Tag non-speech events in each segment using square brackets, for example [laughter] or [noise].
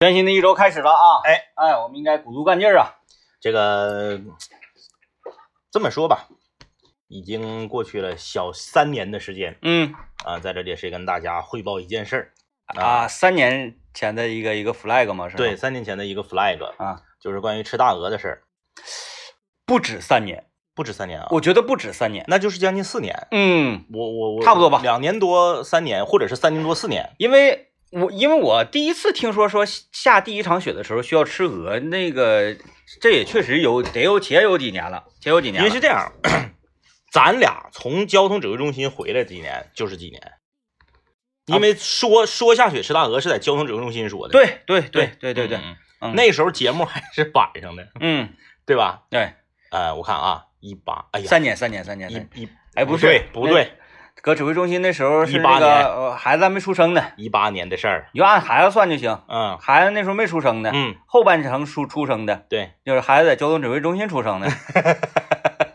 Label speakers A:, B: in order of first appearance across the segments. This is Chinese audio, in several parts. A: 全新的一周开始了啊！
B: 哎
A: 哎，我们应该鼓足干劲儿啊！
B: 这个这么说吧，已经过去了小三年的时间
A: 嗯
B: 啊，在这里也是跟大家汇报一件事儿。
A: 啊，三年前的一个一个 flag 嘛，是吧？
B: 对，，三年前的一个 flag
A: 啊，
B: 就是关于吃大鹅的事儿，
A: 不止三年，
B: 不止三年啊，
A: 我觉得不止三年。
B: 那就是将近四年。
A: 嗯，
B: 我我我
A: 差不多吧
B: 两年多三年，或者是三年多四年。
A: 因为我因为我第一次听说说下第一场雪的时候需要吃鹅，那个这也确实有得有且有几年了，且有几
B: 因
A: 年
B: 为
A: 了。
B: 是这样，咱俩从交通指挥中心回来几年就是几年，因为说说下雪吃大鹅是在交通指挥中心说的，
A: 啊对对对对对对，
B: 嗯
A: 嗯
B: 那时候节目还是晚上的，
A: 嗯
B: 对吧？
A: 对，
B: 呃，我看啊，一八，哎呀，
A: 三年三年三年三年，
B: 一一，
A: 哎
B: 不
A: 不是
B: 对，不对，
A: 搁指挥中心那时候是那
B: 18年
A: 个呃孩子还没出生呢，
B: 一八年的事儿，
A: 你就按孩子算就行，
B: 嗯
A: 孩子那时候没出生呢。
B: 嗯，
A: 后半程出出生的，
B: 对，
A: 就是孩子在交通指挥中心出
B: [laughs]
A: 生的，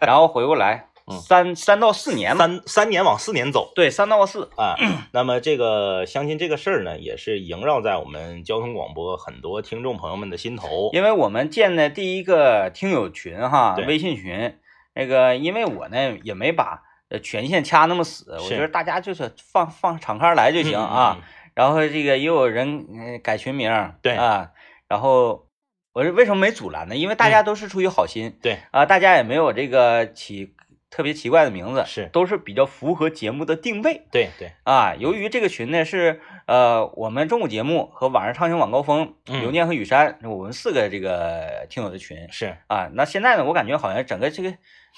A: 然后回过来
B: 嗯
A: 三三到四年嘛，
B: 三三年往四年走
A: 对，三到四，
B: 啊。那么这个相信这个事儿呢，也是萦绕在我们交通广播很多听众朋友们的心头。
A: 因为我们建的第一个听友群哈，
B: 对
A: 微信群，那个因为我呢也没把呃权限掐那么死，我
B: 是
A: 觉得大家就是放放敞开来就行啊
B: 嗯，。嗯嗯
A: 然后这个也有人呃改群名儿，
B: 对
A: 啊，然后我是为什么没阻拦呢？因为大家都是出于好心，
B: 嗯对
A: 啊，大家也没有这个起特别奇怪的名字，
B: 嗯是
A: 都是比较符合节目的定位
B: 对对，
A: 啊。由于这个群呢是呃我们中午节目和晚上畅行晚高峰、
B: 嗯
A: 刘念和雨山我们四个这个听友的群
B: 是
A: 啊。那现在呢，我感觉好像整个这个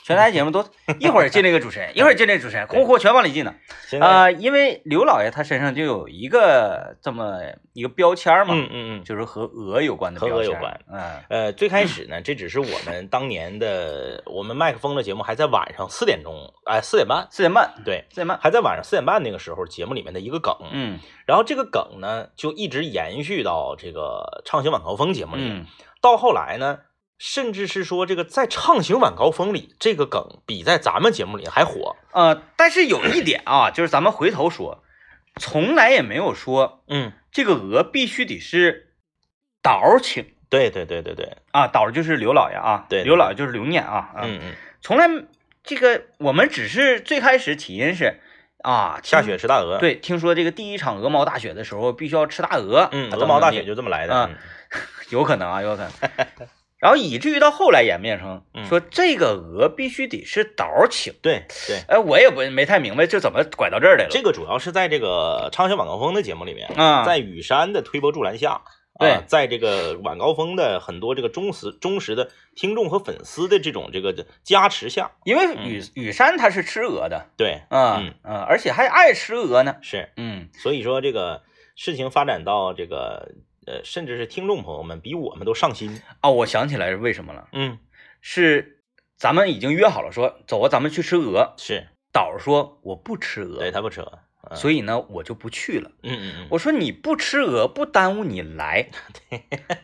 A: 全台节目都一会儿进那个主持人，一会儿进那个主持人，
B: 嗯对
A: 呼呼全往里进呢。
B: 现在，
A: 啊，因为刘老爷他身上就有一个这么一个标签儿嘛，
B: 嗯嗯嗯。
A: 就是和鹅有关的
B: 和
A: 标
B: 鹅有
A: 签儿
B: 关，
A: 嗯，
B: 呃，最开始呢，这只是我们当年的我们麦克风的节目，还在晚上四点钟，哎，四点半，
A: 四点半，
B: 对，
A: 四点半，
B: 还在晚上四点半那个时候节目里面的一个梗，
A: 嗯
B: 然后这个梗呢，就一直延续到这个《畅行晚高峰》节目里面。
A: 嗯。
B: 到后来呢，甚至是说这个在《畅行晚高峰》里，这个梗比在咱们节目里还火。
A: 呃，但是有一点啊，就是咱们回头说，从来也没有说
B: 嗯，
A: 这个鹅必须得是导儿请
B: 对对对对对，
A: 啊，导儿就是刘老爷啊，
B: 对对
A: 刘老爷就是刘念啊，啊，
B: 嗯嗯，
A: 从来这个我们只是最开始起因是啊，
B: 下
A: 听
B: 雪吃大鹅。，
A: 对，听说这个第一场鹅毛大雪的时候必须要吃大鹅，
B: 嗯，
A: 啊
B: 鹅毛大
A: 怎么怎
B: 雪
A: 么地
B: 就这么来的。嗯
A: 啊有可能啊，有可能。
B: [laughs]
A: 然后以至于到后来演变成
B: 嗯
A: 说这个鹅必须得是导儿请，
B: 对对，
A: 哎，我也不没太明白这怎么拐到这儿来了。
B: 这个主要是在这个《畅行晚高峰》的节目里面，
A: 啊，
B: 在雨山的推波助澜下。啊
A: 对，
B: 在这个晚高峰的很多这个忠实忠实的听众和粉丝的这种这个加持下，
A: 因为雨雨山它是吃鹅的，
B: 对，
A: 啊
B: 嗯
A: 啊而且还爱吃鹅呢，
B: 是
A: 嗯，
B: 所以说这个事情发展到这个呃，甚至是听众朋友们比我们都上心。
A: 哦，我想起来是为什么了，
B: 嗯，
A: 是咱们已经约好了说走啊，咱们去吃鹅，
B: 是
A: 导儿说我不吃
B: 对
A: 鹅，
B: 他不扯。嗯
A: 所以呢我就不去了。
B: 嗯嗯嗯，
A: 我说你不吃鹅不耽误你
B: [laughs]
A: 来，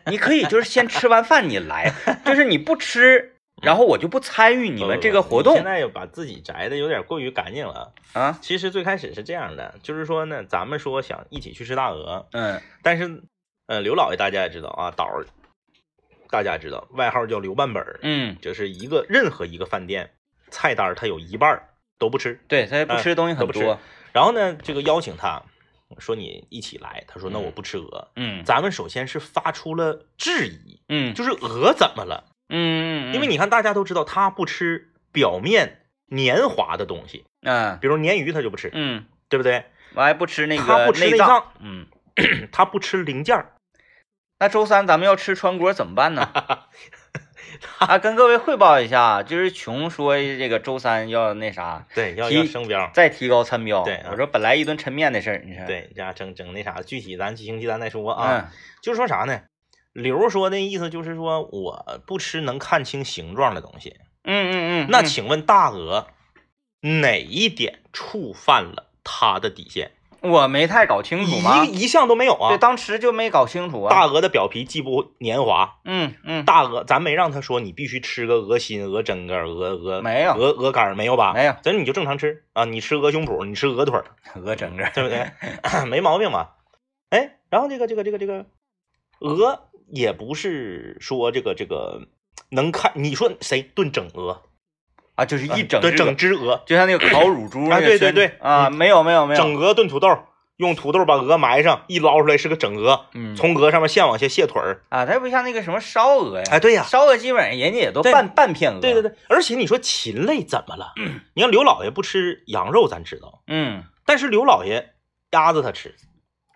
A: 你可以就是先吃完饭你来，就是你不吃，然后我就不参与你
B: 不
A: 们
B: 不
A: 这个
B: 不
A: 活
B: 你
A: 动
B: 现在又把自己宅的有点过于干净了啊。
A: 啊，
B: 其实最开始是这样的，就是说呢，咱们说想一起去吃大鹅，
A: 嗯
B: 但是呃，刘老爷大家也知道啊，导儿大家也知道，外号叫刘半本儿，
A: 嗯，
B: 就是一个任何一个饭店菜单儿他有一半儿都不吃。
A: 对他不吃东西
B: 都
A: 很
B: 啊不吃
A: 多，
B: 然后呢，这个邀请他说你一起来，他说那我不吃鹅。
A: 嗯
B: 咱们首先是发出了质疑，
A: 嗯
B: 就是鹅怎么了？
A: 嗯，
B: 因为你看，大家都知道它不吃表面黏滑的东西，
A: 嗯
B: 比如鲶鱼它就不吃，
A: 嗯。
B: 对不
A: [clears throat]
B: 对？
A: 我还不吃那个
B: 他不吃内
A: 脏。
B: 脏
A: 嗯，
B: 它不吃零件儿，
A: 那周三咱们要吃川锅怎么办
B: [laughs]
A: 呢？啊，跟各位汇报一下，啊就是琼说这个周三要那啥，
B: 对，要
A: 提
B: 要升标，
A: 再提高餐标。
B: 对啊
A: 我说本来一顿抻面的事儿，你说，
B: 对，这样整整那啥，具体咱星期咱再说啊。
A: 哎嗯
B: 就是说啥呢？刘说那意思就是说我不吃能看清形状的东西。
A: 嗯嗯嗯，
B: 那
A: 嗯
B: 请问大鹅哪一点触犯了他的底线？
A: 我没太搞清楚嘛，
B: 一一项都没有
A: 嗯
B: 啊。
A: 对，当时就没搞清楚啊。
B: 大鹅的表皮既不粘滑，
A: 嗯嗯，
B: 大鹅咱没让他说你必须吃个鹅心、鹅胗根、鹅鹅
A: 没有
B: 鹅鹅肝儿没有吧？
A: 没有
B: 咱你就正常吃啊，你吃鹅胸脯，你吃鹅腿儿，
A: 鹅整个，
B: [clears throat] 对不对？没毛病吧？哎，然后这个这个这个这个鹅也不是说这个这个能看，你说谁炖整鹅？
A: 啊，就是一整
B: 嗯对
A: 这个
B: 整只鹅，
A: 就像那个烤乳猪
B: 啊
A: 那个
B: 对
A: 圈
B: 对
A: 子
B: 对
A: 啊，没有没有没有，
B: 整鹅炖土豆，用土豆把鹅埋上，一捞出来是个整鹅，
A: 嗯
B: 从鹅上面线往下卸腿儿。
A: 啊，它不像那个什么烧鹅呀，
B: 哎，对呀、
A: 烧鹅基本嗯上人家也都
B: 对
A: 半半片鹅，
B: 对对，对，而且你说禽类怎么了？你看刘老爷不吃羊肉，咱知道，
A: 嗯，
B: 但是刘老爷鸭子他吃，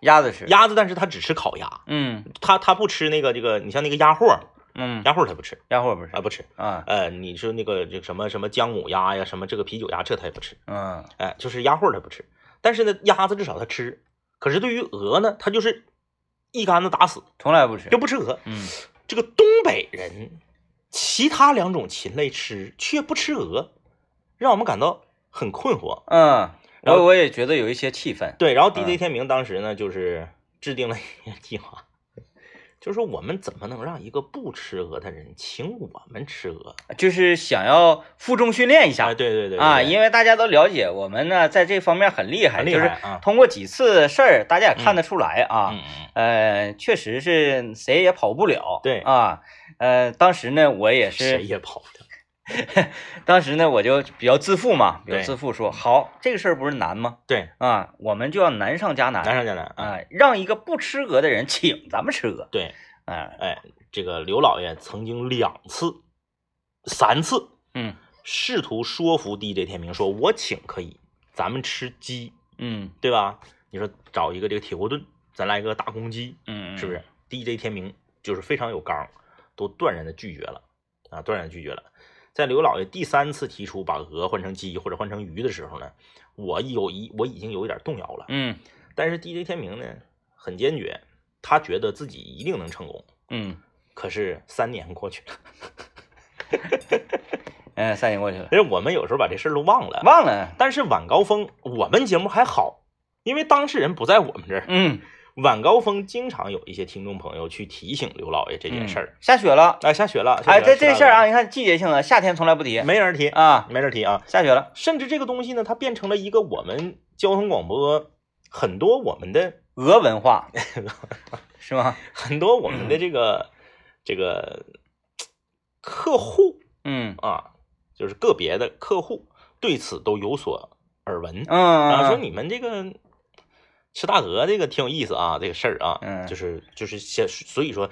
A: 鸭子吃，
B: 鸭子但是他只吃烤鸭，
A: 嗯
B: 他他不吃那个这个，你像那个鸭货，
A: 嗯，
B: 鸭货他不吃
A: 鸭货不是
B: 啊，不吃。
A: 啊，
B: 呃，你说那个这个什么什么姜母鸭呀，什么这个啤酒鸭，这他也不吃，
A: 嗯
B: 哎、就是鸭货他不吃。但是呢，鸭子至少他吃，可是对于鹅呢，他就是一竿子打死，
A: 从来不吃
B: 就，不吃鹅。
A: 嗯
B: 这个东北人，其他两种禽类吃却不吃鹅，让我们感到很困惑。
A: 嗯，
B: 然后
A: 我我也觉得有一些气愤，
B: 对，然后
A: 嗯
B: DJ 天明当时呢，就是制定了一个计划， [laughs] 就是说我们怎么能让一个不吃鹅的人请我们吃鹅？
A: 就是想要负重训练一
B: 哎，
A: 下
B: 对对对
A: 啊，
B: 因
A: 因为大家都了解我们呢，在这方面很厉害，
B: 很厉
A: 就是
B: 害啊
A: 通过几次事儿，大家也看得出来啊，
B: 嗯嗯
A: 呃，确实是谁也跑不了。
B: 对
A: 啊，呃，当时呢，我也
B: 谁
A: 是，
B: 也跑不掉。
A: 当时呢，我就比较自负嘛，比较
B: 对
A: 自负说，好，这个事儿不是难吗？
B: 对，
A: 啊，我们就要难上加
B: 难
A: 难
B: 上加难啊！
A: 啊，让一个不吃鹅的人请咱们吃鹅。
B: 对，
A: 哎，
B: 哎，这个刘老爷曾经两次、三次
A: 嗯
B: 试图说服 DJ 天明说，我请可以，咱们吃鸡。
A: 嗯
B: 对吧？你说找一个这个铁锅炖，咱来一个大公鸡，
A: 嗯，
B: 是不是、？DJ 天明就是非常有刚，都断然的拒绝了啊，断然地拒绝了。在刘老爷第三次提出把鹅换成鸡或者换成鱼的时候呢，我有一我已经有一点动摇了。
A: 嗯
B: 但是 DJ 天明呢很坚决，他觉得自己一定能成功。
A: 嗯，
B: 可是三年过去了，
A: 哎，三年过去了，
B: [laughs] 但是我们有时候把这事儿都忘了。
A: 忘了。
B: 但是晚高峰，我们节目还好，因为当事人不在我 [laughs] 们这儿。
A: 嗯，
B: 晚高峰经常有一些听众朋友去提醒刘老爷这
A: 这
B: 件事儿。
A: 下雪了。
B: 哎，下雪了，
A: 嗯
B: 下雪
A: 哎，
B: 了
A: 这这事儿，啊，
B: 下
A: 你看季节性的，夏天从来不提
B: 雪了没人提，
A: 啊，
B: 没人提啊。
A: 下雪了，
B: 甚至这个东西呢，它变成了一个我们交通广播很多我们的
A: 鹅文化 [laughs] 是
B: [laughs]
A: 吗？
B: 很多我们的这个、这个客户
A: 嗯
B: 啊，就是个别的客户对此都有所耳闻
A: 嗯，嗯
B: 啊，说
A: 嗯
B: 你们这个吃大鹅这个挺有意思啊，这个事儿啊，
A: 嗯
B: 就是就是先，所以说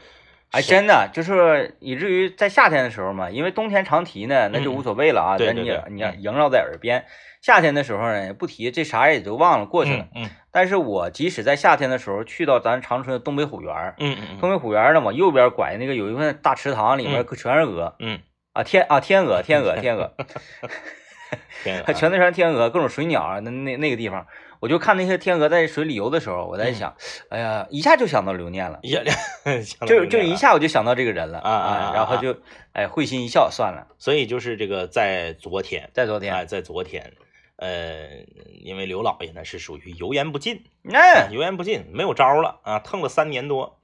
A: 哎，真的就是以至于在夏天的时候嘛，因为冬天常提呢，那就无所谓了啊，
B: 嗯对
A: 咱
B: 对嗯
A: 你
B: 对
A: 你萦绕在耳边。夏天的时候呢，不提这啥也就忘了过去了。
B: 嗯嗯
A: 但是我即使在夏天的时候去到咱长春的东北虎园儿，
B: 嗯嗯嗯
A: 东北虎园儿呢往右边拐那个有一份大池塘，里面
B: 嗯
A: 全是鹅
B: 嗯，
A: 啊天啊天鹅天鹅天
B: [laughs]
A: 鹅，
B: 天
A: 它
B: 鹅
A: 全都是天鹅，各种水鸟啊，那那那个地方，我就看那些天鹅在水里游的时候，我
B: 嗯
A: 在想，哎呀，一下就想到刘念了。
B: 也 [laughs]
A: 就就一，下我就想到这个人了
B: 啊啊啊
A: 然
B: 啊
A: 后就哎会心一笑，算了，
B: 所以就是这个在昨天，
A: 在昨
B: 哎，
A: 天，
B: 在昨天，呃，因为刘老爷呢是属于油盐不进，啊
A: 那
B: 油盐不进，没有招了啊，腾了三年多，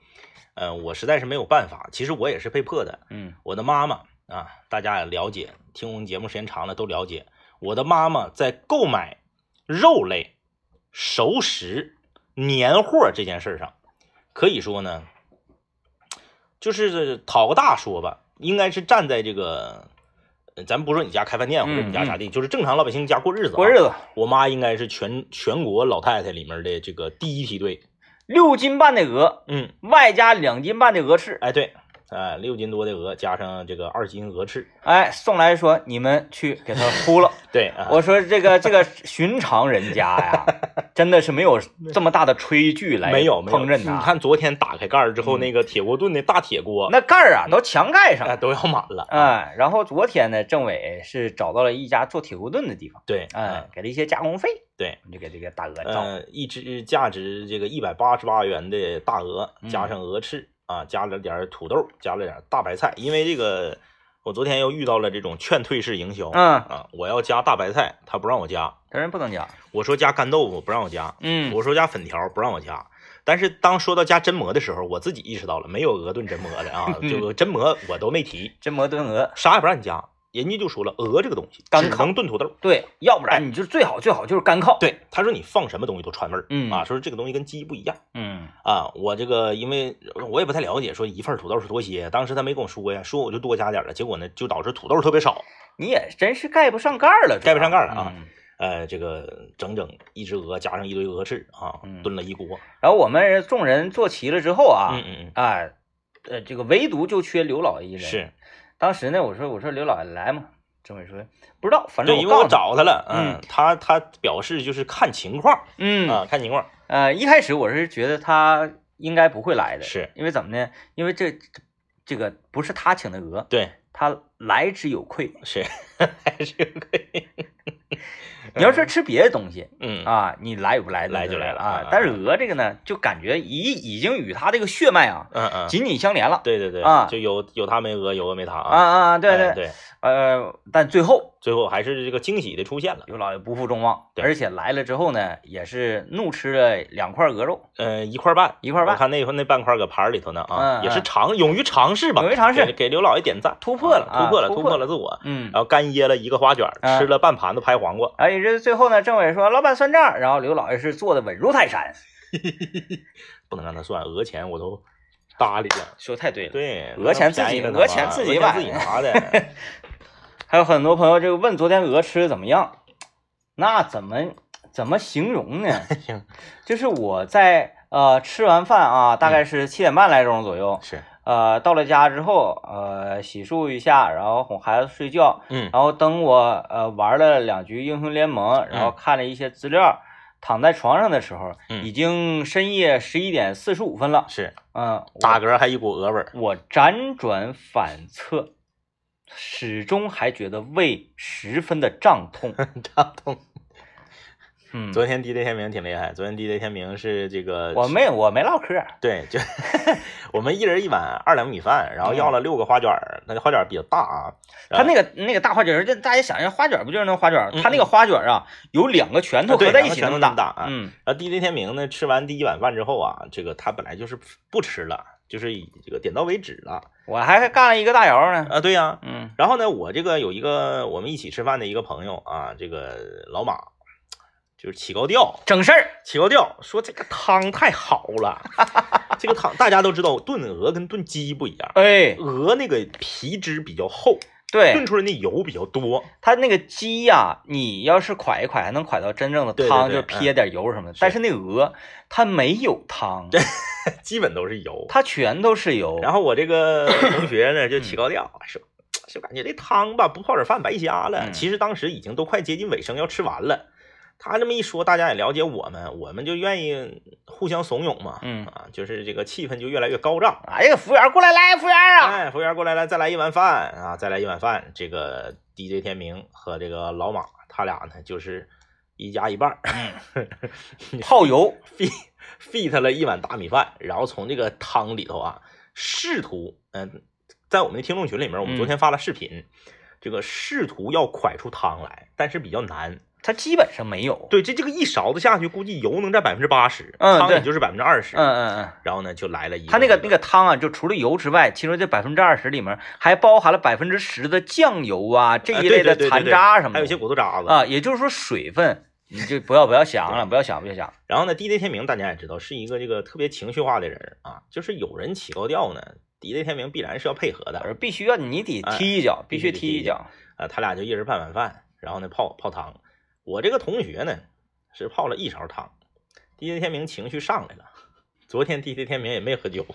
B: 呃，我实在是没有办法，其实我也是被迫的，
A: 嗯
B: 我的妈妈啊，大家也了解，听我们节目时间长了都了解，我的妈妈在购买肉类、熟食、年货这件事上，可以说呢，就是讨个大说吧，应该是站在这个，呃咱不说你家开饭店或者你家啥地，就是正常老百姓家过日子、
A: 过日
B: 子，
A: 子
B: 我妈应该是全全国老太太里面的这个第一梯队。
A: 六斤半的鹅，
B: 嗯，
A: 外加两斤半的鹅翅，
B: 哎对，哎六斤多的鹅加上这个二斤鹅翅，
A: 哎，送来说你们去给它烀了。
B: 对啊。
A: 我说这个这个寻常人家
B: [laughs]
A: 呀，真的是没有这么大的炊具来
B: 没有没有
A: 烹饪嗯
B: 你
A: 呐，
B: 看昨天打开盖儿之后，那个铁锅炖的大铁锅，
A: 那盖儿啊都强盖上
B: 哎
A: 了。
B: 都要满了。
A: 哎，然后昨天呢，政委是找到了一家做铁锅炖的地方，
B: 对，
A: 哎
B: 嗯，，
A: 给了一些加工费，
B: 对，
A: 我们就给这个大鹅造，
B: 呃，一只价值这个一百八十八元的大鹅，
A: 嗯
B: 加上鹅翅啊，加了点儿土豆，加了点儿大白菜，因为这个我昨天又遇到了这种劝退式营销
A: 嗯，
B: 啊，我要加大白菜，他不让我加，
A: 他人不能加，
B: 我说加干豆腐不让我加，
A: 嗯，
B: 我说加粉条不让我加。但是当说到加榛蘑的时候，我自己
A: [laughs] 嗯
B: 意识到了没有鹅炖榛蘑的啊，这个榛蘑我都没提，
A: 真蘑炖鹅，
B: 啥也不让你加，人家就说了，鹅这个东西
A: 干
B: 只
A: 烤
B: 能炖土豆。
A: 对，要不然你就最好最好就是干烤。
B: 对，他说你放什么东西都串味儿，
A: 嗯
B: 啊，说这个东西跟鸡不一样
A: 嗯
B: 啊。我这个因为我也不太了解，说一份土豆是多些，当时他没跟我说呀，说我就多加点了，结果呢就导致土豆特别少，
A: 你也真是盖不上盖儿了，
B: 盖不上盖儿
A: 主
B: 了
A: 要
B: 啊。
A: 嗯
B: 呃，这个整整一只鹅加上一堆鹅翅啊
A: 嗯，
B: 炖了一锅，
A: 然后我们众人坐齐了之后啊
B: 嗯，嗯
A: 啊，呃，这个唯独就缺刘老爷一
B: 嗯，
A: 人。，
B: 是
A: 当时呢，我说我说刘老爷来嘛，政委说不知道，反正
B: 对，因为
A: 告
B: 我
A: 诉他。
B: 找他了，
A: 嗯
B: 嗯，他他表示就是看情况
A: 嗯
B: 啊，看情况
A: 呃，一开始我是觉得他应该不会来的，
B: 是
A: 因为怎么呢？因为这这个不是他请的鹅，
B: 对
A: 他来之有
B: [laughs]
A: 愧。
B: 是
A: [laughs]
B: 还是可以，
A: 你要说吃别的东西
B: 嗯
A: 啊，你来与不来
B: 来就来
A: 了
B: 了
A: 啊
B: 嗯，
A: 但是鹅这个呢，就感觉已已经与他这个血脉啊
B: 嗯嗯，
A: 紧紧相连了。
B: 对对对
A: 啊
B: 就有有他没鹅，有鹅没他
A: 啊
B: 啊，
A: 啊，对
B: 哎
A: 对，呃，但最后
B: 最后还是这个惊喜的出现了。
A: 刘老爷不负众望，
B: 对
A: 而且来了之后呢，也是怒吃了两块鹅肉，
B: 呃，一块半，
A: 一块
B: 我
A: 半，
B: 看那那半块搁盘里头呢啊，
A: 嗯
B: 也是
A: 嗯
B: 尝，勇于尝试吧，
A: 勇于尝试
B: 给给刘老爷点赞，
A: 突破了
B: 啊
A: 啊
B: 突破了，
A: 突
B: 突
A: 破
B: 破了自我，
A: 嗯，
B: 然后干噎了一个花卷儿，
A: 嗯
B: 吃了半盘子拍黄瓜，
A: 哎，也是最后呢，政委说老板算账，然后刘老爷是做的稳如泰山，
B: 不能让他算，讹钱我都搭理了。
A: 说太对了。
B: 对，
A: [laughs] 讹钱自己
B: 便宜了他
A: 讹
B: 妈
A: 钱自己
B: 讹
A: 买
B: 自己
A: [laughs]
B: 拿的。
A: 还有很多朋友这个问昨天鹅吃的怎么样，那怎么怎么形容
B: [laughs]
A: 呢？就是我在呃吃完饭啊，大概
B: 嗯
A: 是七点半来钟左右，
B: 是，
A: 呃到了家之后，呃洗漱一下，然后哄孩子睡觉，
B: 嗯
A: 然后等我呃玩了两局英雄联盟，然后看了一些资料，躺在床上的时候，
B: 嗯
A: 已经深夜十一点四十五分了。
B: 是，
A: 嗯，我
B: 打嗝还一股鹅味儿。
A: 我辗转反侧，始终还觉得胃十分的胀痛。
B: [laughs] 大痛。
A: 嗯，
B: 昨天 DJ 天明挺厉害，昨天 DJ 天明是这个
A: 我没我没唠嗑儿，
B: 对，就 [laughs] 我们一人一碗二两米饭，
A: 嗯
B: 然后要了六个花卷儿，那个花卷儿比较大啊。嗯
A: 他那个那个大花卷儿，就大家想一下，花卷儿不就是那花卷儿？他那个花卷儿啊，有两个拳头
B: 啊对
A: 合在一起
B: 两个拳头
A: 么
B: 那么大啊
A: 嗯，
B: 然后 DJ 天明呢，吃完第一碗饭之后啊，这个他本来就是不吃了，就是以这个点到为止了
A: 我还干了一个大窑呢。
B: 啊。对呀、
A: 嗯
B: 然后呢，我这个有一个我们一起吃饭的一个朋友啊，这个老马就是起高调，
A: 整事儿，
B: 起高调说这个汤太好了， [laughs] 这个汤大家都知道，炖鹅跟炖鸡不一样，
A: 哎，
B: 鹅那个皮脂比较厚，炖
A: 对
B: 出来那油比较多，
A: 他那个鸡呀、你要是蒯一蒯，还能蒯到真正的
B: 对对
A: 汤，
B: 对嗯
A: 就是撇点油什么的。但是那鹅，它没有汤，
B: 基本都是油。
A: 它全都是油。
B: 然后我这个同学呢就起高调说，就感觉这汤吧不泡点饭白瞎了。
A: 嗯
B: 其实当时已经都快接近尾声，要吃完了。他这么一说，大家也了解我们，我们就愿意互相怂恿嘛，
A: 嗯
B: 啊，就是这个气氛就越来越高涨。
A: 哎呀，服务员过来，来，服务员啊！
B: 哎，服务员过来来，再来一碗饭啊，再来一碗饭。这个 DJ 天明和这个老马，他俩呢就是一家一半儿
A: 嗯泡油，
B: feed feed 了一碗大米饭，然后从这个汤里头啊，试图嗯、在我们的听众群里面，我们
A: 嗯
B: 昨天发了视频，这个试图要蒯出汤来，但是比较难。
A: 它基本上没有。
B: 对，这这个一勺子下去，估计油能占百分之八十，
A: 嗯
B: 汤
A: 对
B: 也就是百分之二十。
A: 嗯嗯嗯，
B: 然后呢，就来了一
A: 它那个
B: 个
A: 那个汤啊，就除了油之外，其中这百分之二十里面还包含了百分之十的酱油啊这
B: 呃
A: 一
B: 对
A: 类的
B: 对对对
A: 残
B: 对
A: 渣什么的，
B: 还有一些骨头渣子。
A: 啊，也就是说水分，你就不要不要想了，不要想不要想，
B: 然后呢，DJ 天明大家也知道是一个这个特别情绪化的人啊，就是有人起高调呢，DJ 天明必然是要配合的。
A: 而呃必须要你得
B: 哎
A: 踢一脚，必
B: 必
A: 须
B: 须得
A: 踢
B: 踢
A: 一
B: 一
A: 脚。
B: 啊，他俩就一人半碗饭，然后呢泡泡汤。我这个同学呢是泡了一勺汤，DJ 天明情绪上来了。昨天 DJ 天明也没喝酒，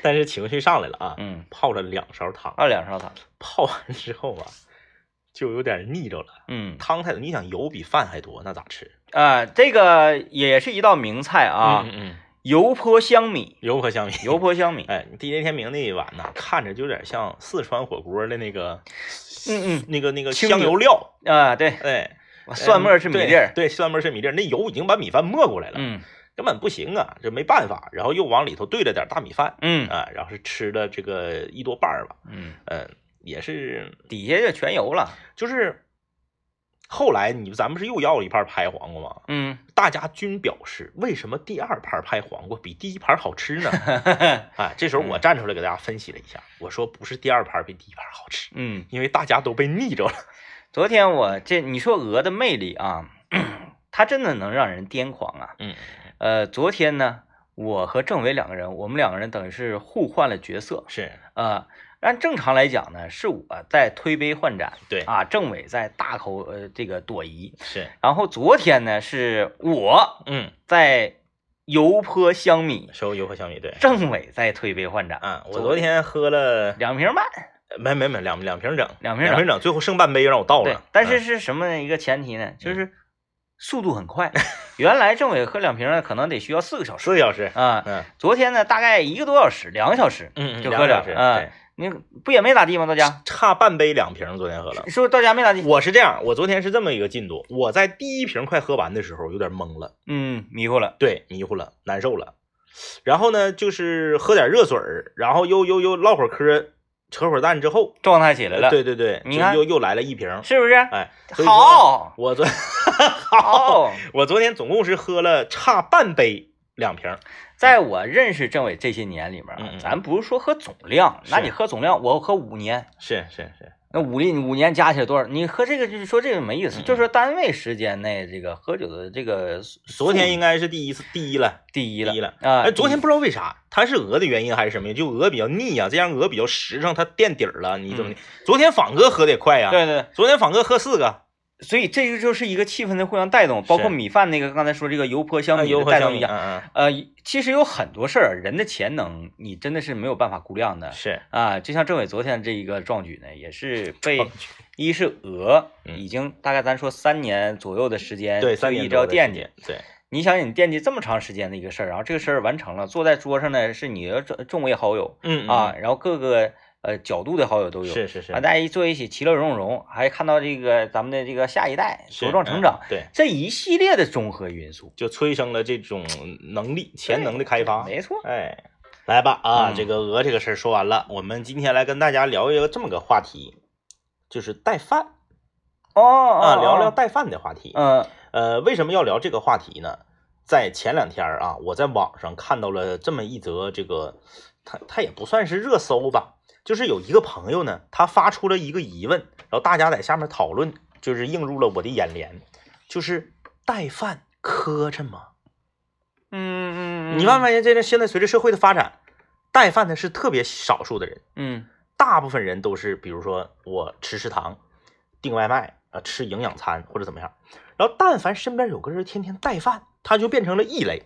B: 但是情绪上来了啊，
A: 嗯，
B: 泡了两勺汤，
A: 二两勺汤。
B: 泡完之后啊就有点腻着了。
A: 嗯
B: 汤太多，你想油比饭还多，那咋吃
A: 啊，这个也是一道名菜啊
B: 嗯，嗯嗯，
A: 油泼香米，
B: 油和香米，
A: 油泼香
B: [laughs]
A: 米。
B: 哎，DJ 天明那一碗呢，看着就有点像四川火锅的那个，
A: 嗯嗯，
B: 那个那个
A: 清
B: 香
A: 油
B: 油料，
A: 啊，对，
B: 哎，
A: 蒜末是米粒儿
B: 嗯。对，对，蒜末是米粒儿，那油已经把米饭没过来了，
A: 嗯
B: 根本不行啊，这没办法，然后又往里头兑了点大米饭，
A: 嗯
B: 啊，然后是吃了这个一多半儿吧，
A: 嗯，
B: 嗯，也是，
A: 底下就全油了。
B: 就是后来你咱不是又要了一盘拍黄瓜吗？
A: 嗯
B: 大大家均表示为什么第二盘拍黄瓜比第一盘
A: [laughs]
B: 好吃呢？
A: 嗯
B: 哎，这时候我站出来给大家分析了一下，我说不是第二盘比第一盘好吃，
A: 嗯，
B: 因为大家都被腻着了。
A: 昨天我这你说鹅的魅力啊， [clears throat] 它真的能让人癫狂啊。
B: 嗯
A: 呃，昨天呢，我和政委两个人，我们两个人等于是互换了角色。
B: 是
A: 呃，按正常来讲呢，是我在推杯换盏，
B: 对
A: 啊，政委在大口呃这个朵颐，
B: 是，
A: 然后昨天呢是我
B: 嗯，
A: 在油泼香米，
B: 收油和小米对。
A: 政委在推杯换盏，
B: 嗯，我昨天喝了
A: 两瓶半，
B: 没没没两两瓶整，
A: 两瓶
B: 两
A: 整
B: 瓶整，最后剩半杯让我倒
A: 对
B: 了。，
A: 但是
B: 嗯
A: 是什么一个前提呢？就是速度很快，原来政委喝两瓶呢，可能得需要四个小时
B: 四个小时，
A: 啊，
B: 嗯
A: 昨天呢大概一个多小时，两个小时，
B: 嗯，嗯
A: 就
B: 两
A: 喝
B: 个小
A: 两
B: 时，
A: 嗯
B: 对
A: 你不也没咋地吗？到家
B: 差半杯两瓶，昨天喝了。
A: 是不是到家没咋地？
B: 嗯我是这样，我昨天是这么一个进度，我在第一瓶快喝完的时候有点懵了，
A: 嗯，迷糊了，
B: 对，迷糊了，难受了。然后呢，就是喝点热水儿，然后又又又唠会儿嗑，扯会儿淡之后，
A: 状态起来了，
B: 对对对，
A: 你
B: 就
A: 看
B: 又又来了一瓶。
A: 是不是？
B: 哎，所以说
A: 好
B: 我昨 [laughs] 好，
A: 好，
B: 我昨天总共是喝了差半杯两瓶，
A: 在我认识政委这些年里面啊，
B: 嗯嗯嗯
A: 咱不是说喝总量，那
B: 是
A: 你喝总量，我喝五年，
B: 是是是，
A: 那五年五年加起来多少？你喝这个就是说这个没
B: 嗯
A: 意思，就是说单位时间内这个喝酒的这个速度
B: 昨天应该是第一次第一了，
A: 第一
B: 第
A: 了，
B: 一了。
A: 啊！
B: 哎，昨天
A: 第
B: 不知道为啥，它是鹅的原因还是什么呀？就鹅比较腻呀、这样鹅比较实诚，它垫底儿了。你怎么的？昨天仿哥喝的也快呀、
A: 一嗯对对，对
B: 昨天仿哥喝四个，
A: 所以这个就是一个气氛的互相带动，包括米饭那个刚才说这个油泼香
B: 哎
A: 米
B: 呦
A: 的
B: 和
A: 带
B: 小
A: 动
B: 米
A: 一样。
B: 嗯
A: 呃，其实有很多事儿，人的潜能你真的是没有办法估量的
B: 嗯，是
A: 啊！就像政委昨天这一个壮举呢，也是被
B: [laughs] 壮
A: 一是鹅
B: 嗯
A: 已经大概咱说三年左右的时间，
B: 对三
A: 哎一
B: 年
A: 直要
B: 多的
A: 惦
B: 时
A: 记
B: 间。，对
A: 你想想，你惦记这么长时间的一个事儿，然后这个事儿完成了，坐在桌上呢是你的众众位好友
B: 嗯
A: 啊，，然后各个呃角度的好友都
B: 嗯
A: 有，
B: 是是是
A: 啊，，大家一坐一起其乐融融，还看到这个咱们的这个下一代
B: 是
A: 茁壮成长，
B: 嗯对，
A: 这一系列的综合因素，
B: 就催生了这种能力潜能的开发。
A: 没错，
B: 哎，来吧啊，
A: 嗯
B: 这个鹅这个事儿说完了，我们今天来跟大家聊一个这么个话题，就是带饭
A: 哦哦
B: 啊，聊聊，带饭的话题。
A: 嗯
B: 呃，为什么要聊这个话题呢？在前两天儿啊，我在网上看到了这么一则这个，它它也不算是热搜吧，就是有一个朋友呢，他发出了一个疑问，然后大家在下面讨论，就是映入了我的眼帘，就是带饭磕碜吗？
A: 嗯嗯，
B: 你发没发现，这个现在随着社会的发展，带饭的是特别少数的人，
A: 嗯
B: 大部分人都是，比如说我吃食堂、订外卖啊、吃营养餐或者怎么样。然后，但凡身边有个人天天带饭，他就变成了异类。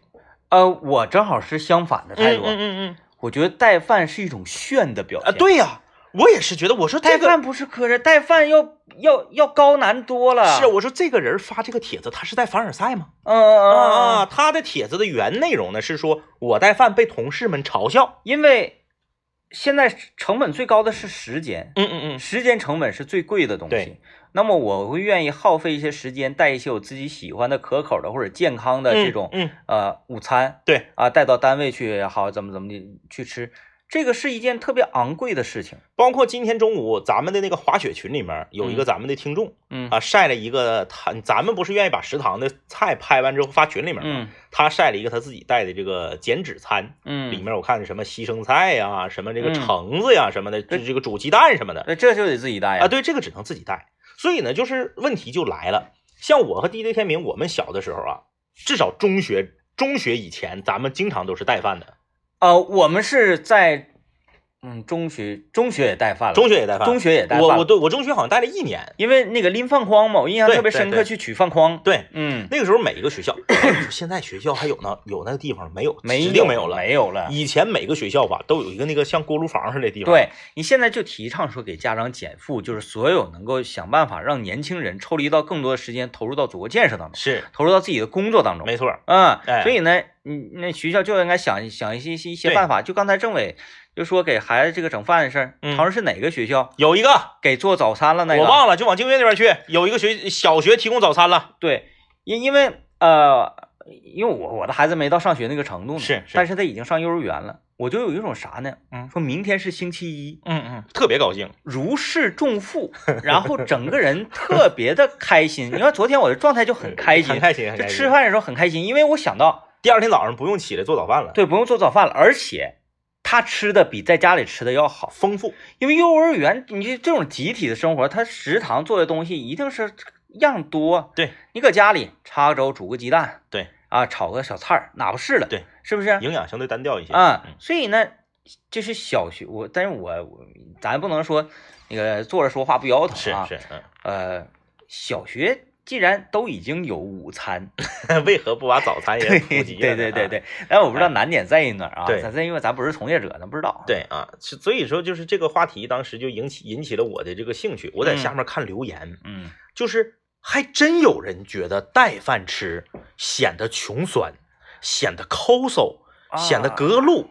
A: 呃，我正好是相反的态度，啊
B: 嗯
A: 我觉得带饭是一种炫的表
B: 啊，
A: 现，。
B: 对呀、我也是觉得，我说
A: 带
B: 这个
A: 饭不是磕碜，带饭要要要高难多了。
B: 是，我说这个人发这个帖子，他是在凡尔赛吗？
A: 嗯嗯
B: 啊，
A: 嗯，
B: 他的帖子的原内容呢是说我带饭被同事们嘲笑。
A: 因为现在成本最高的是时间，
B: 嗯嗯嗯，
A: 时间成本是最贵的东西
B: 对。
A: 那么我会愿意耗费一些时间带一些我自己喜欢的、可口的或者健康的这种、
B: 嗯，嗯
A: 呃午餐
B: 对
A: 啊，带到单位去也好，怎么怎么的去吃，这个是一件特别昂贵的事情。
B: 包括今天中午咱们的那个滑雪群里面有一个咱们的听众，
A: 嗯
B: 啊，晒了一个他，咱们不是愿意把食堂的菜拍完之后发群里面吗？
A: 嗯
B: 他晒了一个他自己带的这个减脂餐，里
A: 嗯，
B: 面我看什么西生菜呀、什么这个
A: 嗯
B: 橙子呀、什么的，这这个煮鸡蛋什么的
A: 那这就得自己带呀。
B: 啊，对，这个只能自己带。所以呢，就是问题就来了，像我和 DJ 天明，我们小的时候啊，至少中学中学以前，咱们经常都是带饭的，
A: 呃，我们是在嗯中学，中学也带饭了，
B: 中学也带饭，
A: 中学也带饭了。
B: 我我对我中学好像带了一年，
A: 因为那个拎饭筐嘛，我印象
B: 对
A: 特别深刻，
B: 对对
A: 去取饭筐。
B: 对。
A: 嗯，
B: 那个时候每一个学校， [coughs] 哎你说现在学校还有呢，有那个地方没有？
A: 没
B: 指定没
A: 有
B: 有了，
A: 没有了。
B: 以前每个学校吧都有一个那个像锅炉房似的地方，，
A: 啊对你现在就提倡说给家长减负，就是所有能够想办法让年轻人抽离到更多的时间，投入到祖国建设当中，
B: 是
A: 投入到自己的工作当中。
B: 没错儿，
A: 嗯，
B: 哎
A: 所以呢，你那学校就应该想一想一些一些一些
B: 对
A: 办法。就刚才政委就说给孩子这个整饭的事儿，
B: 嗯
A: 好像是哪个学校
B: 有一个
A: 给做早餐了那个？
B: 我忘了，就往静月那边去，有一个学小学提供早餐了，
A: 对，因因为呃，因为我我的孩子没到上学那个程度呢，
B: 是是
A: 但是他已经上幼儿园了，我就有一种啥呢？
B: 嗯
A: 说明天是星期一，
B: 嗯嗯，特别高兴，
A: 如释重负，然后整个人特别的开心。你看昨天我的状态就很开
B: 很
A: 心，
B: 开心，很
A: 就
B: 开心。
A: 吃饭的时候很开心，因为我想到
B: 第二天早上不用起来做早饭了，
A: 对不用做早饭了，而且他吃的比在家里吃的要好，
B: 丰富，
A: 因为幼儿园你这这种集体的生活，他食堂做的东西一定是样多。
B: 对
A: 你搁家里插个粥，煮个鸡蛋，
B: 对
A: 啊，炒个小菜儿，哪不是了？
B: 对，
A: 是不是？
B: 营养相对单调一些。
A: 啊
B: 嗯，
A: 所以呢，这是小学，我但是我我咱不能说那个坐着说话不腰疼
B: 是
A: 啊。
B: 是，嗯
A: 呃，小学既然都已经有午餐，
B: 嗯， [laughs] 为何不把早餐也
A: [laughs]
B: 普
A: 对
B: 及了呢？
A: 对对
B: 啊
A: 对，但我不知道难点在于哪儿啊。
B: 对
A: 咱咱因为咱不是从业者，咱不知道。，
B: 对啊，是所以说就是这个话题，当时就引起引起了我的这个兴趣。我在下面看留言，
A: 嗯，
B: 就是还真有人觉得带饭吃显得穷酸，显得抠搜，显得
A: 啊
B: 格路。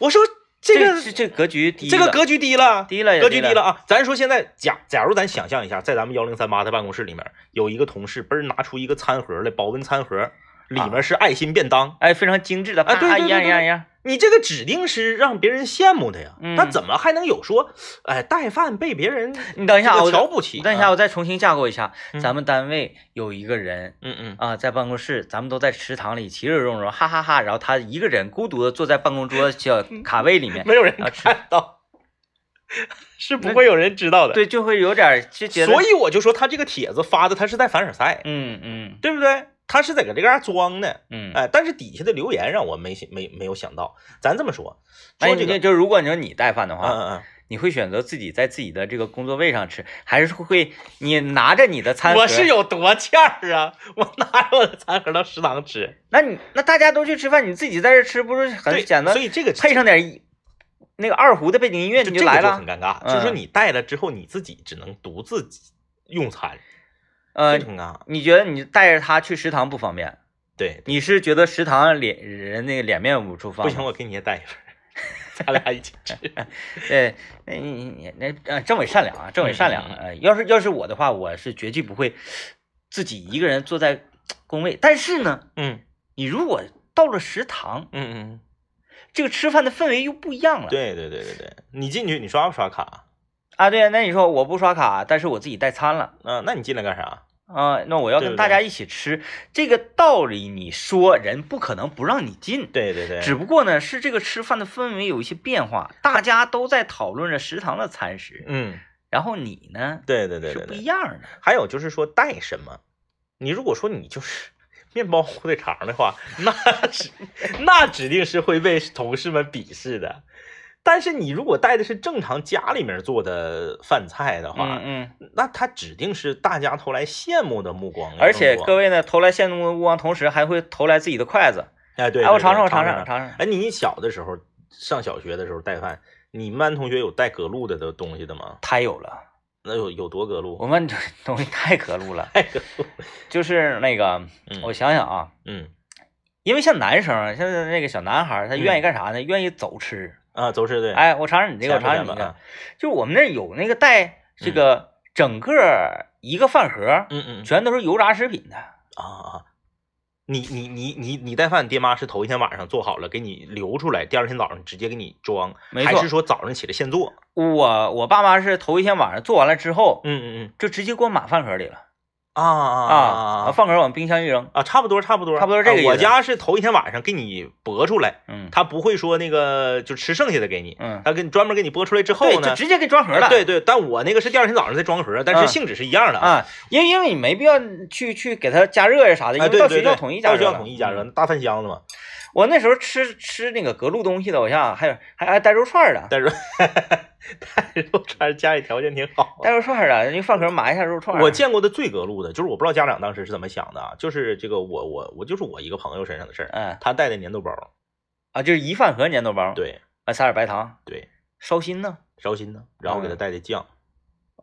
B: 我说这个
A: 这这格局低了，
B: 这个格局低了，
A: 低了也
B: 格局低
A: 了
B: 了啊！咱说现在假假如咱想象一下，在咱们幺零三八的办公室里面，有一个同事嘣儿拿出一个餐盒来，保温餐盒，里
A: 啊
B: 面是爱心便当，
A: 哎，非常精致的，
B: 啊对
A: 啪
B: 对对
A: 一样
B: 对
A: 一样一样，
B: 你这个指定是让别人羡慕的呀。
A: 嗯
B: 那怎么还能有说，哎，带饭被别人
A: 你等一下
B: 这
A: 啊，
B: 个
A: 我
B: 瞧
A: 再
B: 不起？
A: 等一下，
B: 啊，
A: 我再重新架构一下。
B: 嗯
A: 咱们单位有一个人
B: 嗯嗯，
A: 啊，在办公室，咱们都在池塘里其乐融融，哈哈哈然后他一个人孤独的坐在办公桌小卡位里 [laughs] 面，
B: 嗯没有人
A: 啊是
B: 看到， [laughs] 是不会有人知道的。
A: 对，就会有点儿就觉得，
B: 所以我就说他这个帖子发的，他是在凡尔赛，
A: 嗯嗯
B: 对不对？他是在搁这嘎装呢。
A: 嗯，
B: 哎，但是底下的留言让我没想没没有想到。咱这么说，
A: 哎，
B: 说这
A: 你
B: 个，
A: 就啊就如果你说你带饭的
B: 嗯
A: 话，
B: 嗯
A: 你会选择自己在自己的这个工作位上吃，还是会你拿着你的餐
B: 嗯，
A: 盒？
B: 我是，有多欠儿啊！ [laughs] 我拿着我的餐盒到食堂吃，
A: 那你那大家都去吃饭，你自己在这吃，不是很
B: 对，
A: 显得
B: 所以这个
A: 配上点一那个二胡的背景音乐
B: 就
A: 你
B: 这个
A: 来
B: 就
A: 了
B: 很？尴尬，
A: 嗯
B: 就是说你带了之后，你自己只能独自用餐，
A: 呃
B: 这个，很尴尬。
A: 你觉得你带着他去食堂不方便？
B: 对，
A: 你是觉得食堂脸人那个脸面无处放
B: 不
A: 吗？
B: 行，我给你也带一份儿，咱俩一起
A: [laughs]
B: 吃。
A: 对，那你你那呃，政委善良啊，政委善良
B: 嗯嗯
A: 啊。呃要是要是我的话，我是绝对不会自己一个人坐在工位。但是呢，
B: 嗯
A: 你如果到了食堂，
B: 嗯嗯，
A: 这个吃饭的氛围又不一样了。
B: 对对对对对，你进去你刷不刷卡？
A: 啊，对，那你说我不刷卡，但是我自己带餐了。
B: 嗯、那你进来干啥？
A: 啊、那我要
B: 对
A: 跟
B: 不
A: 大
B: 对
A: 家一起吃，这个道理你说人不可能不让你进，
B: 对对对，
A: 只不过呢是这个吃饭的氛围有一些变化，大家都在讨论着食堂的餐食，
B: 嗯，
A: 然后你呢
B: 对对对
A: 是
B: 对
A: 不
B: 对
A: 一。样的，
B: 还有就是说带什么，你如果说你就是 [laughs] 面包火腿肠的话，那指那指定是会被同事们鄙视的。但是你如果带的是正常家里面做的饭菜的话，
A: 嗯
B: 那他指定是大家投来羡慕的目光。
A: 而且各
B: 位，
A: 位呢，投来羡慕的目光，同时还会投来自己的筷子。
B: 哎，对，
A: 哎，我
B: 对
A: 尝尝，
B: 对
A: 我尝尝，
B: 尝
A: 我。尝尝。
B: 哎，你小的时候上小学的时候带饭，你们班同学有带隔路的的东西的吗？
A: 太有了，
B: 那有有多隔路？
A: 我们这东西太可路了。
B: [laughs] 太隔路。
A: 就是那个，
B: 嗯
A: 我想想啊，
B: 嗯
A: 因为像男生啊，像那个小男孩儿，他愿意干啥呢？愿意走吃。
B: 啊，都嗯是对。，
A: 哎，我尝尝你这个，我尝尝你
B: 吧
A: 这个
B: 啊。。
A: 就我们那儿有那个带这个整个一个饭盒，
B: 嗯嗯。嗯
A: 全都是油炸食品的。
B: 啊啊！你你你你你带饭，爹妈是头一天晚上做好了，给你留出来，第二天早上直接给你装，
A: 没
B: 还
A: 错
B: 是说早上起来现做？
A: 我我爸妈是头一天晚上做完了之后，
B: 嗯嗯嗯
A: 就直接给我码饭盒里了
B: 啊啊
A: 啊，
B: 啊
A: 饭盒往冰箱一扔，
B: 啊！差不多差不多
A: 差不多
B: 啊
A: 这个意
B: 我
A: 思
B: 家是头一天晚上给你拨出来，
A: 嗯
B: 他不会说那个就吃剩下的给你，
A: 嗯，
B: 他给你专门给你拨出来之后
A: 对，
B: 呢啊
A: 就，直接给装盒了。
B: 对对，但我那个是第二天早上再装盒，但
A: 嗯
B: 是性质是一样的。
A: 啊，因为因为你没必要去去给它加热呀啥的，因
B: 哎，
A: 为
B: 对
A: 到
B: 对
A: 学
B: 对，
A: 校统一加热
B: 到
A: 了。
B: 学校统一加热，
A: 嗯。
B: 大饭箱子嘛， [laughs]
A: 我那时候吃吃那个隔路东西的，我想想还有还还带肉串儿的，
B: 但是但是我穿着家里条件挺好，啊
A: 带肉串儿的，那饭盒码一下肉串儿。
B: 我见过的最隔路的，就是我不知道家长当时是怎么想的啊，就是这个我我我就是我一个朋友身上的事儿，
A: 嗯
B: 他带的粘豆包，
A: 啊，就是一饭盒粘豆包，，
B: 对
A: 啊，撒点白糖，
B: 对，
A: 烧心呢。
B: 烧心呢，然后给他
A: 嗯
B: 带的酱，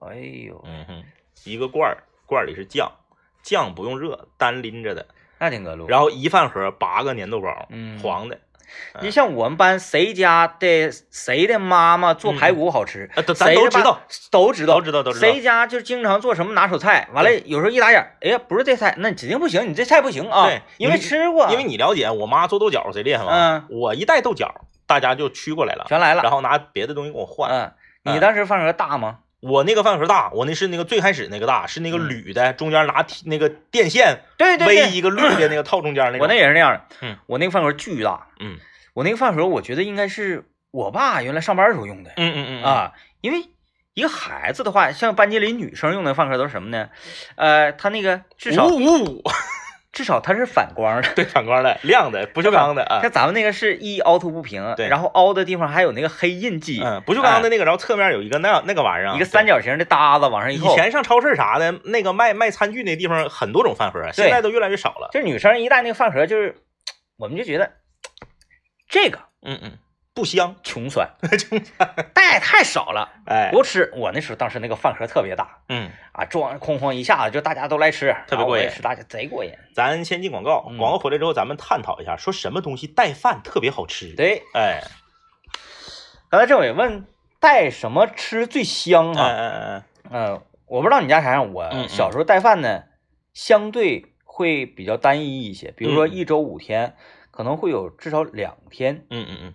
A: 哎呦，
B: 嗯哼，一个罐儿，罐儿里是酱，酱不用热，单拎着的，
A: 那挺隔路。
B: 然后一饭盒八个粘豆包，
A: 嗯
B: 黄的，
A: 你像我们班谁家的谁的妈妈做排骨好吃，
B: 啊，都咱
A: 谁
B: 都
A: 的
B: 知
A: 爸
B: 道，
A: 都知道
B: 都，知道，都知道。
A: 谁家就经常做什么拿手菜，完了有时候一打眼儿，哎呀，不是这菜，那你指定不行，你这菜不行啊，
B: 对
A: 因为
B: 你
A: 吃过，
B: 因为你了解我妈做豆角谁厉害吗？
A: 嗯，
B: 我一带豆角，大家就屈过来了，
A: 全来了，
B: 然后拿别的东西跟我换。
A: 嗯，你当时饭盒大吗？
B: 我那个饭盒大，我那是那个最开始那个大，是那个
A: 嗯
B: 铝的，中间拿提那个电线
A: 对对
B: 围
A: 对，
B: 一个绿的那个套中间那
A: 我那
B: 种。
A: 也是那样的，
B: 嗯，
A: 我那个饭盒巨大，
B: 嗯，
A: 我那个饭盒我觉得应该是我爸原来上班的时候用的、
B: 嗯嗯嗯，
A: 啊，因为。一个孩子的话，像班级里女生用的饭盒都是什么呢？呃，它那个至少
B: 五五五，
A: 至少它是反光的，
B: 对，反光的，亮的，不锈钢的啊，
A: 像咱们那个是一凹凸不平，
B: 对
A: 然后凹的地方还有那个黑印记，
B: 嗯，不锈钢的那个，然后侧面有一个那那个玩意儿啊，
A: 一个三角形的搭子往上
B: 对。
A: 一
B: 以
A: 扣。
B: 前上超市啥的，那个卖卖餐具那地方很多种饭盒，现在都越来越少了。
A: 就是女生一带那个饭盒，就是我们就觉得这个
B: 嗯嗯，不香，
A: 穷
B: [laughs]
A: 酸，穷酸带太少了，
B: 哎，
A: 不吃。我那时候当时那个饭盒特别大
B: 嗯，
A: 啊，装哐哐一下子就大家都来吃，
B: 特别
A: 然后我
B: 过瘾
A: 也吃大家贼过瘾。
B: 咱先进广告，
A: 嗯
B: 广告回来之后咱们探讨一下，说什么东西带饭特别好吃。，
A: 对，
B: 哎，
A: 刚才政委问带什么吃最香
B: 嗯
A: 啊？
B: 嗯
A: 嗯、我不知道你家啥样，
B: 嗯嗯
A: 我小时候带饭呢，相对会比较单一一些，比如说一周五天，可能会有至少两天，
B: 嗯嗯嗯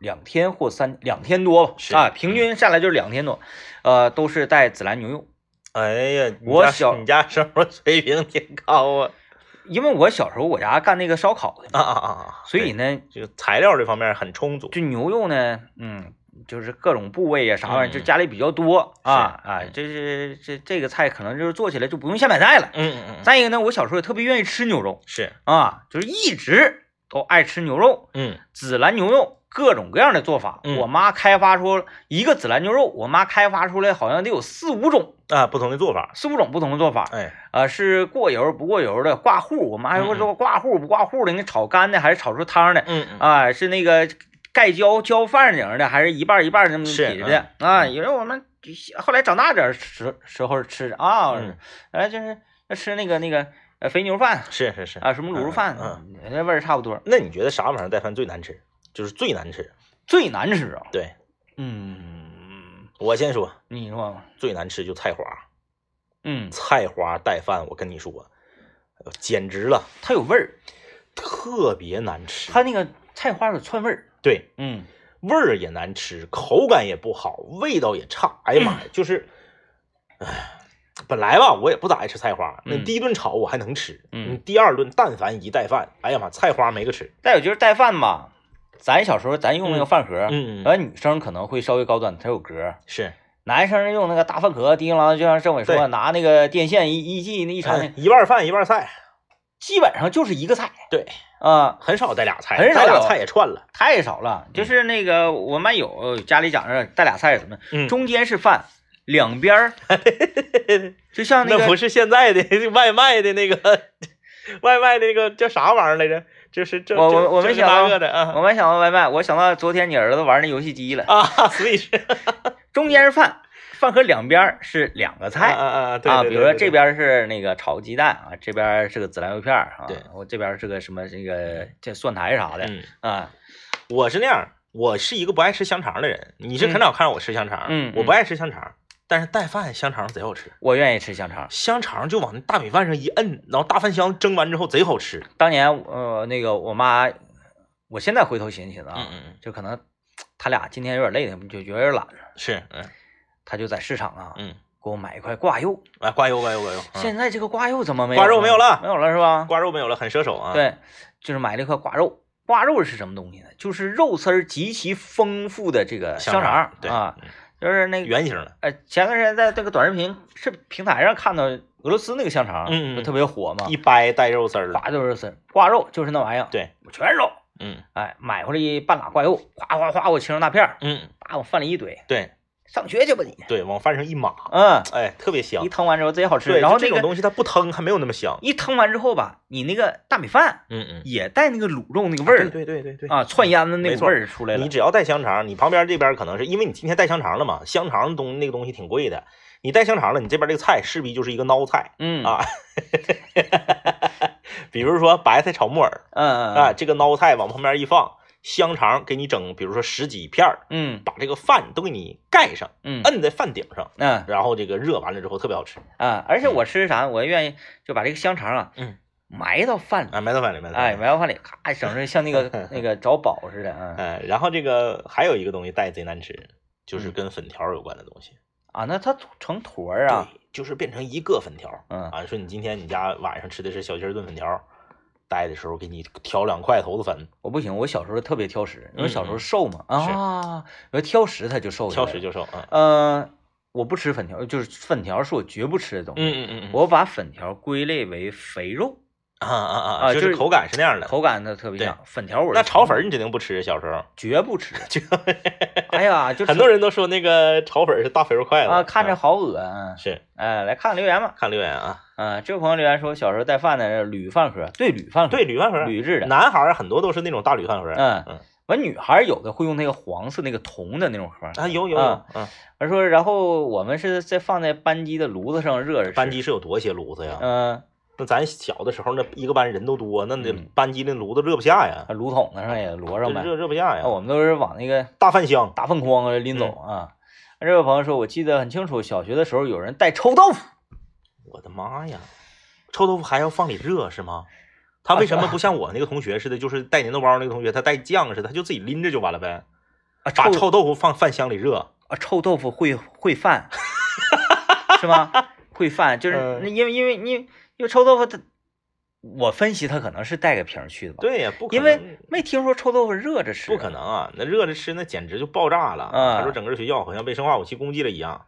A: 两天或三两天多吧，
B: 是
A: 啊，平均下来就是两天多，呃，都是带孜然牛肉，
B: 嗯，哎呀，你
A: 我
B: 家
A: 小
B: [laughs] 你家生活水平挺高啊，
A: 因为我小时候我家干那个烧烤的嘛，
B: 啊啊啊啊，
A: 所以呢，
B: 对就材料这方面很充足。
A: 就牛肉呢，嗯。就是各种部位呀、啥玩意
B: 嗯
A: 儿，
B: 嗯
A: 就家里比较多啊
B: 是嗯
A: 啊，这是这这个菜可能就是做起来就不用下买菜了。
B: 嗯嗯嗯，
A: 再一个呢，我小时候也特别愿意吃牛肉，
B: 是，
A: 啊，就是一直都爱吃牛肉，
B: 嗯
A: 孜然牛肉各种各样的做法。
B: 嗯
A: 我妈开发出一个孜然牛肉，我妈开发出来好像得有四五种，
B: 啊，不同的做法，
A: 四五种不同的做法。
B: 哎，
A: 呃，是过油不过油的，挂糊，我妈还
B: 嗯
A: 会说挂糊不挂糊的，那炒干的还是炒出汤的
B: 嗯嗯
A: 啊、是那个盖浇浇饭型的，还是一半一半那么
B: 是嗯
A: 撇着的啊？有时候我们后来长大点儿时时候吃啊，
B: 嗯
A: 原来就是要吃那个那个呃肥牛饭。
B: 是是是。
A: 啊，什么卤肉饭，
B: 嗯
A: 那味儿差不多。
B: 那你觉得啥玩意儿带饭最难吃？就是最难吃。
A: 最难吃啊，
B: 对
A: 嗯，
B: 我先说，
A: 你说吧，
B: 最难吃就菜花，
A: 嗯，
B: 菜花带饭，我跟你说，呃简直了，
A: 它有味儿，
B: 特别难吃。
A: 它那个菜花有串味儿，
B: 对，
A: 嗯，
B: 味儿也难吃，口感也不好，味道也差。哎呀妈
A: 嗯
B: 呀，就是，哎，本来吧，我也不咋爱吃菜花。那
A: 嗯
B: 第一顿炒我还能吃，
A: 嗯，
B: 第二顿但凡一带饭，哎呀妈，菜花没个吃。
A: 再有就是带饭吧，咱小时候咱用那个饭盒，
B: 嗯，
A: 完、女生可能会稍微高端，它有格。
B: 是，
A: 男生用那个大饭壳，叮啷，就像政委
B: 对
A: 说，拿那个电线一一系那一缠，
B: 哎一半饭一半菜，
A: 基本上就是一个菜
B: 对，
A: 啊、
B: 很少带俩菜，
A: 很少
B: 带俩
A: 有
B: 菜也串了。
A: 太少
B: 嗯
A: 了。就是那个我们有家里讲着带俩菜什么的，
B: 嗯
A: 中间是饭，两边
B: [laughs]
A: 儿就像
B: 那
A: 个
B: 不是现在的 [laughs] 外卖的那个， [laughs] 外卖的那个叫啥玩意儿来着？就是这
A: 我
B: 这
A: 我我
B: 这
A: 没
B: 是
A: 想
B: 八
A: 到
B: 个的啊
A: 我没想到外卖，我想到昨天你儿子玩那游戏机了，
B: 啊，Switch
A: 中间是饭，饭盒两边儿是两个
B: 啊
A: 菜
B: 啊啊！对
A: 啊，
B: 对
A: 比
B: 对
A: 如说
B: 对
A: 这
B: 对
A: 边是那个炒鸡蛋啊，这边是个孜然肉片儿啊
B: 对，
A: 我这边是个什么这个这蒜苔啥的
B: 嗯，
A: 啊，
B: 我是那样，我是一个不爱吃香肠的人，你是很少看着我吃香肠，
A: 嗯嗯
B: 我不爱吃香肠，但是带饭香肠贼好吃，
A: 我愿意吃香肠。
B: 香肠就往那大米饭上一摁，然后大饭香蒸完之后贼好吃，
A: 当年呃那个我妈，我现在回头寻思寻思
B: 嗯
A: 啊，
B: 嗯
A: 就可能他俩今天有点累了，就有点懒了，
B: 嗯，是，嗯
A: 他就在市场啊
B: 嗯，
A: 给我买一块挂肉，
B: 来挂肉挂肉挂肉，嗯
A: 现在这个挂肉怎么没有？
B: 挂肉没有了
A: 没有了是吧？
B: 嗯挂肉没有了，很奢侈啊，，
A: 对，就是买了一块挂肉。挂肉是什么东西呢？就是肉丝儿极其丰富的这个
B: 香
A: 肠儿
B: 对
A: 啊，，
B: 嗯
A: 就是那个
B: 圆形的，
A: 呃，前段时间在这个短视频是平台上看到俄罗斯那个香肠，
B: 嗯嗯
A: 就
B: 嗯
A: 特别火嘛，
B: 一掰带肉丝儿的，
A: 咵就是俄罗斯挂肉就是那玩意儿，
B: 对，
A: 全是肉，
B: 嗯
A: 哎，买回来一半拉挂肉，哗哗哗，我切成大片儿，
B: 嗯，
A: 把我饭里一怼，
B: 对
A: 上学去吧你，
B: 对，往饭上一码，
A: 嗯，
B: 哎，特别香
A: 一，腾完之后贼好吃，
B: 对，
A: 然
B: 就
A: 后
B: 这
A: 那
B: 种
A: 个
B: 东西它不腾还没有那么香，
A: 一腾完之后吧，你那个大米饭
B: 嗯嗯，
A: 也带那个卤肉那个味儿
B: 对对对对对
A: 啊，窜烟的那
B: 没
A: 个
B: 错
A: 味儿出来了
B: 你，只要带香肠，你旁边这边可能是因为你今天带香肠了嘛，香肠东那个东西挺贵的，你带香肠了，你这边这个菜势必就是一个孬菜，
A: 嗯
B: 啊比如说白菜炒木耳
A: 嗯嗯嗯嗯
B: 啊啊，这个孬菜往旁边一放，香肠给你整，比如说十几片儿，
A: 嗯
B: 把这个饭都给你盖上，
A: 嗯
B: 摁在饭顶上，
A: 嗯
B: 然后这个热完了之后特别好吃。
A: 啊，而且我吃啥，我愿意就把这个香肠啊，
B: 嗯，
A: 埋到饭里，
B: 啊，埋到饭里，埋到
A: 哎，
B: 饭里。
A: 埋到饭里，咔，整着像那
B: [laughs]
A: 个那个找宝似的，嗯
B: 哎，然后这个还有一个东西带贼难吃，就是跟粉条有关的东西。
A: 啊，那它成坨儿啊，
B: 对，就是变成一个粉条。
A: 嗯
B: 啊，说你今天你家晚上吃的是小鸡儿炖粉条，带的时候给你挑两块头子粉，
A: 我不行，我小时候特别挑食，因为小时
B: 嗯
A: 候
B: 嗯
A: 瘦嘛，
B: 是
A: 啊，我挑食它就瘦下来
B: 挑
A: 了，
B: 食就瘦啊。
A: 呃，我不吃粉条，就是粉条是我绝不吃的东西。
B: 嗯嗯嗯嗯，
A: 我把粉条归类为肥肉，
B: 啊啊啊
A: 啊
B: 就
A: 就是
B: 口感是那样的。
A: 口感它特别
B: 对
A: 像粉条我是
B: 那炒粉儿你指定不吃，小时候
A: 绝不吃。
B: [laughs] 就
A: 哎呀，就
B: [laughs] 很
A: 吃
B: 多人都说那个炒粉儿是大肥肉块子
A: 啊，看着
B: 啊
A: 好恶心。
B: 是
A: 哎，来看看留言吧。
B: 看留言啊，
A: 嗯、这位朋友留言说，小时候带饭的铝饭盒，对铝饭盒，
B: 对铝饭盒儿，
A: 铝制的。
B: 男孩儿很多都是那种大铝饭盒儿，
A: 嗯
B: 嗯
A: 完，女孩有的会用那个黄色那个铜的那种盒。
B: 啊有有有
A: 啊，
B: 嗯，
A: 他说，然后我们是在放在扳机的炉子上热着吃。
B: 班级是有多些炉子呀？
A: 嗯、
B: 那咱小的时候，那一个班人都多，那那
A: 嗯
B: 班级那炉子热不下呀，
A: 呃炉桶子上也摞上呗。
B: 热热不下呀
A: 啊，。我们都是往那个
B: 大饭香，
A: 大粪筐啊拎走啊。这位朋友说，我记得很清楚，小学的时候有人带臭豆腐，
B: 我的妈呀！臭豆腐还要放里热是吗？他为什么不像我那个同学似的，就是带粘豆包那个同学，他带酱似的，他就自己拎着就完了呗，
A: 啊
B: 把
A: 臭
B: 臭豆腐放饭箱里热。
A: 啊臭豆腐烩烩饭，是吗？烩饭就是
B: 嗯
A: 那因为因为因为因为臭豆腐它，我分析它可能是带个瓶儿去的吧，，
B: 对呀，不可
A: 因
B: 能，
A: 为没听说臭豆腐热着吃，
B: 啊不可能啊！那热着吃那简直就爆炸了。
A: 啊
B: 他说整个学校好像被生化武器攻击了一样。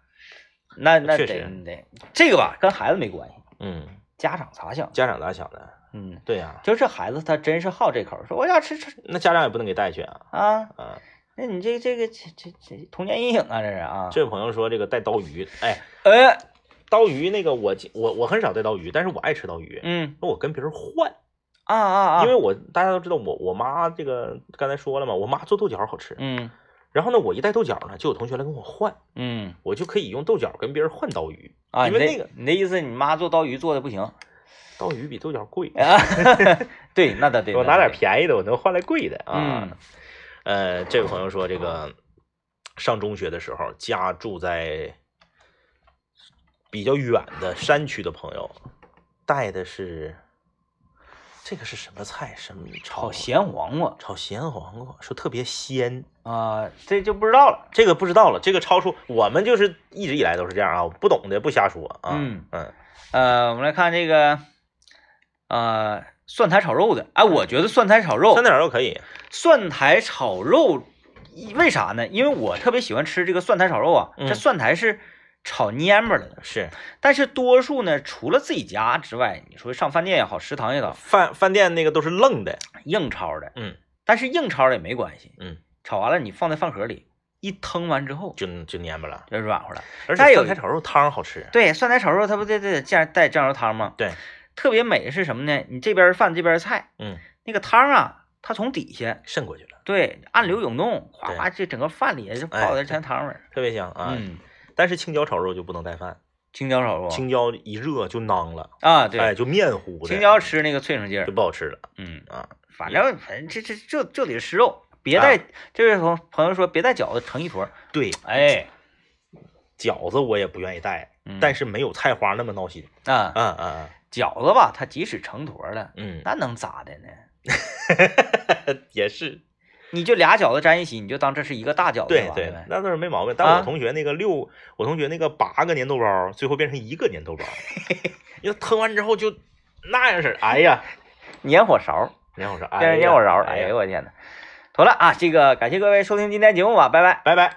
A: 那那
B: 确
A: 得
B: 实
A: 得这个吧，跟孩子没关系，
B: 嗯，
A: 家长咋想？
B: 家长咋想的？
A: 嗯，
B: 对呀，
A: 就这孩子他真是好这口儿，说我要吃吃
B: 那家长也不能给带去啊。
A: 啊，
B: 啊，
A: 那你这这个这这这童年阴影啊，这是啊，
B: 这位朋友说这个带刀鱼，哎，
A: 哎，
B: 刀鱼那个我我我很少带刀鱼，但是我爱吃刀鱼，
A: 嗯。
B: 那我跟别人换。
A: 啊啊啊！
B: 因为我大家都知道我我妈这个刚才说了嘛，我妈做豆角好吃。
A: 嗯
B: 然后呢，我一带豆角呢，就有同学来跟我换，
A: 嗯
B: 我就可以用豆角跟别人换刀鱼，
A: 啊，
B: 因
A: 你
B: 为
A: 的
B: 那个
A: 你的意思，你妈做刀鱼做的
B: [laughs]
A: 不行
B: 刀鱼比豆角贵，
A: 啊？对，那倒对，
B: 我
A: 那
B: 拿
A: 倒
B: 点
A: 对
B: 便宜的，我能换来贵的啊。
A: 嗯
B: 呃，这位朋友说，这个上中学的时候，家住在比较远的山区的朋友，带的是这个是什么菜？什么炒
A: 炒咸黄瓜
B: 炒咸黄瓜，说特别鲜。
A: 啊，这就不知道了。
B: 这个不知道了，这个超出我们就是一直以来都是这样啊，不懂的不瞎说啊。
A: 嗯
B: 嗯，
A: 呃，我们来看这个，呃，蒜苔炒肉的，哎、我觉得蒜苔炒肉
B: 酸，菜炒肉可以，
A: 蒜苔炒肉，一为啥呢？因为我特别喜欢吃这个蒜苔炒肉啊，
B: 嗯
A: 这蒜苔是炒蔫巴了的，
B: 是
A: 但是多数呢，除了自己家之外，你说上饭店也好，食堂也好，
B: 饭饭店那个都是愣的，
A: 硬焯的，
B: 嗯，
A: 但是硬焯的也没关系，
B: 嗯，
A: 炒完了你放在饭盒里一腾完之后
B: 就就蔫巴了。
A: 就软和了。
B: 而
A: 再
B: 且
A: 有
B: 酸菜炒肉汤好吃，
A: 对，蒜苔炒肉它不得得酱带酱油汤吗？
B: 对，
A: 特别美的是什么呢？你这边饭这边菜，
B: 嗯，
A: 那个汤啊，它从底下
B: 渗过去了，
A: 对暗流涌动，哗
B: 对
A: 哗这整个饭里就
B: 哎
A: 泡的全汤味儿。
B: 特别香啊。
A: 嗯，
B: 但是青椒炒肉就不能带饭，
A: 青椒炒肉
B: 青椒一热就囊了，
A: 啊，对，
B: 哎，就面糊的，
A: 青椒吃那个脆生劲
B: 就
A: 儿。
B: 不好吃了
A: 嗯，
B: 啊。
A: 反正反正这这这就得吃肉，别带、这位朋朋友说别带饺子成一坨。
B: 对，
A: 哎，
B: 饺子我也不愿意带，
A: 嗯
B: 但是没有菜花那么闹心。
A: 啊
B: 啊啊啊，
A: 饺子吧，它即使成坨了， [laughs]
B: 嗯，
A: 那能咋的呢？
B: 也是。
A: 你就俩饺子粘一起，你就当这是一个大饺子
B: 对
A: 完
B: 对
A: 了，呗。
B: 那倒是没毛病。但我同学那个六，我同学那个八个粘豆包，最后变成一个粘豆包，因为腾完之后就那样式儿。哎呀，
A: 粘火勺，
B: 粘火烧，
A: 电
B: 哎
A: 视
B: 呀，
A: 烟火勺，
B: 哎
A: 哎
B: 呀
A: 呦，我天呐。妥了啊，这个感谢各位收听今天节目吧，拜拜。
B: 拜拜。